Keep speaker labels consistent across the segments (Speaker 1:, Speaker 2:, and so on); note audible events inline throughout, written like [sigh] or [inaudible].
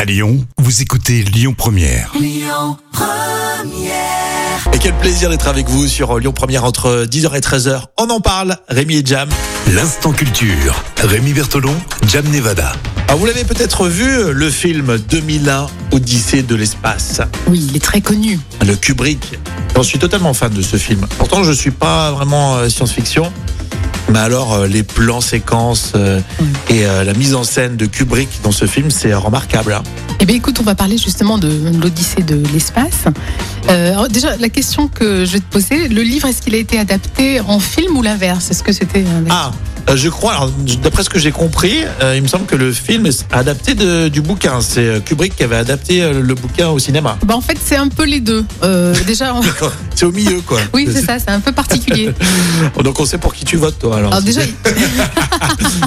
Speaker 1: À Lyon, vous écoutez Lyon Première.
Speaker 2: Et quel plaisir d'être avec vous sur euh, Lyon Première entre 10h et 13h. On en parle, Rémi et Jam.
Speaker 1: L'instant culture. Rémi Bertolon, Jam Nevada.
Speaker 2: Ah, vous l'avez peut-être vu, euh, le film 2001 Odyssée de l'espace,
Speaker 3: Oui, il est très connu.
Speaker 2: le Kubrick. J'en suis totalement fan de ce film. Pourtant, je suis pas vraiment euh, science-fiction. Mais alors, euh, les plans séquences euh, et euh, la mise en scène de Kubrick dans ce film, c'est remarquable. hein.
Speaker 3: Eh bien, écoute, on va parler justement de l'Odyssée de l'espace. Euh, alors, déjà, la question que je vais te poser, le livre, est-ce qu'il a été adapté en film ou l'inverse Est-ce que c'était. euh,
Speaker 2: Ah, euh, je crois, alors, j- d'après ce que j'ai compris, euh, il me semble que le film est adapté de- du bouquin. C'est euh, Kubrick qui avait adapté euh, le bouquin au cinéma.
Speaker 3: Bah, en fait, c'est un peu les deux. Euh, déjà, on-
Speaker 2: [laughs] C'est au milieu, quoi.
Speaker 3: oui, c'est ça, c'est un peu particulier.
Speaker 2: Donc on sait pour qui tu votes, toi. Alors,
Speaker 3: Alors, déjà,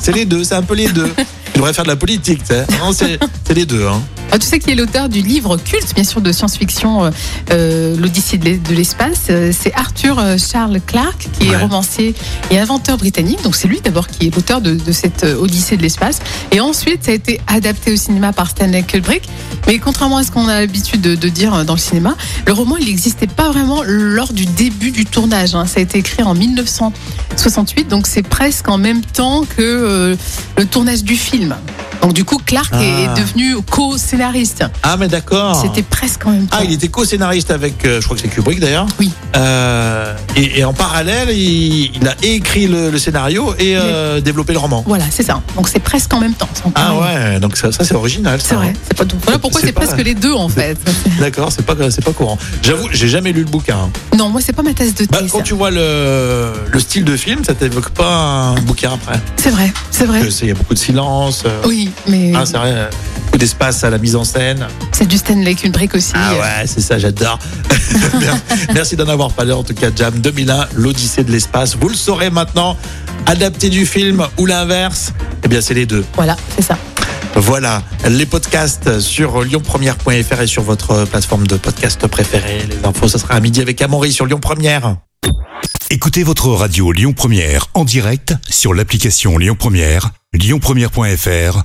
Speaker 2: c'est les deux, c'est un peu
Speaker 3: [laughs]
Speaker 2: les deux. Tu devrais faire de la politique, tu sais. Non, c'est c'est les deux. Hein.
Speaker 3: ah, tu sais qui est l'auteur du livre culte, bien sûr, de science-fiction, euh, euh, L'Odyssée de l'es- de l'espace euh, C'est Arthur euh, Charles Clarke, qui est
Speaker 2: Ouais.
Speaker 3: romancier et inventeur britannique. Donc, c'est lui d'abord qui est l'auteur de, de cette euh, Odyssée de l'espace. Et ensuite, ça a été adapté au cinéma par Stanley Kubrick. Mais contrairement à ce qu'on a l'habitude de, de dire euh, dans le cinéma, le roman, il n'existait pas vraiment lors du début du tournage. hein. Ça a été écrit en 1968, donc c'est presque en même temps que euh, le tournage du film. Donc du coup, Clark est
Speaker 2: Ah.
Speaker 3: est devenu co-scénariste.
Speaker 2: Ah, mais d'accord.
Speaker 3: C'était presque en même temps.
Speaker 2: Ah, il était co-scénariste avec, euh, je crois que c'est Kubrick d'ailleurs.
Speaker 3: Oui.
Speaker 2: Euh, et, et en parallèle, il, il a écrit le, le scénario et euh, développé le roman.
Speaker 3: Voilà, c'est ça. Donc c'est presque en même temps. c'est en
Speaker 2: Ah
Speaker 3: parallèle.
Speaker 2: ouais, donc ça, ça, c'est original. ça,
Speaker 3: C'est vrai.
Speaker 2: hein.
Speaker 3: C'est pas tout. Voilà pourquoi
Speaker 2: C'est
Speaker 3: c'est
Speaker 2: pas-
Speaker 3: presque les deux en fait. [laughs]
Speaker 2: D'accord, c'est pas, c'est pas courant. J'avoue, j'ai jamais lu le bouquin. hein.
Speaker 3: Non, moi c'est pas ma thèse de
Speaker 2: Bah,
Speaker 3: thé.
Speaker 2: quand
Speaker 3: ça.
Speaker 2: tu vois le, le style de film, ça t'évoque pas un bouquin après.
Speaker 3: C'est vrai, c'est vrai.
Speaker 2: Parce que c'est- Il y a beaucoup de silence. euh,
Speaker 3: Oui, mais
Speaker 2: Ah, c'est vrai. euh, Beaucoup d'espace à la mise en scène.
Speaker 3: c'est du Stanley Kubrick aussi.
Speaker 2: Ah ouais, c'est ça, j'adore. [laughs] Merci- Merci d'en avoir parlé, en tout cas, Jam 2001, l'Odyssée de l'espace. Vous le saurez maintenant, adapté du film ou l'inverse, eh bien, c'est les deux.
Speaker 3: Voilà, c'est ça.
Speaker 2: Voilà, les podcasts sur lyonpremière.fr et sur votre plateforme de podcast préférée. Les infos, ça sera à midi avec Amaury sur Lyon Première.
Speaker 1: Écoutez votre radio Lyon Première en direct sur l'application Lyon Première, lyonpremière.fr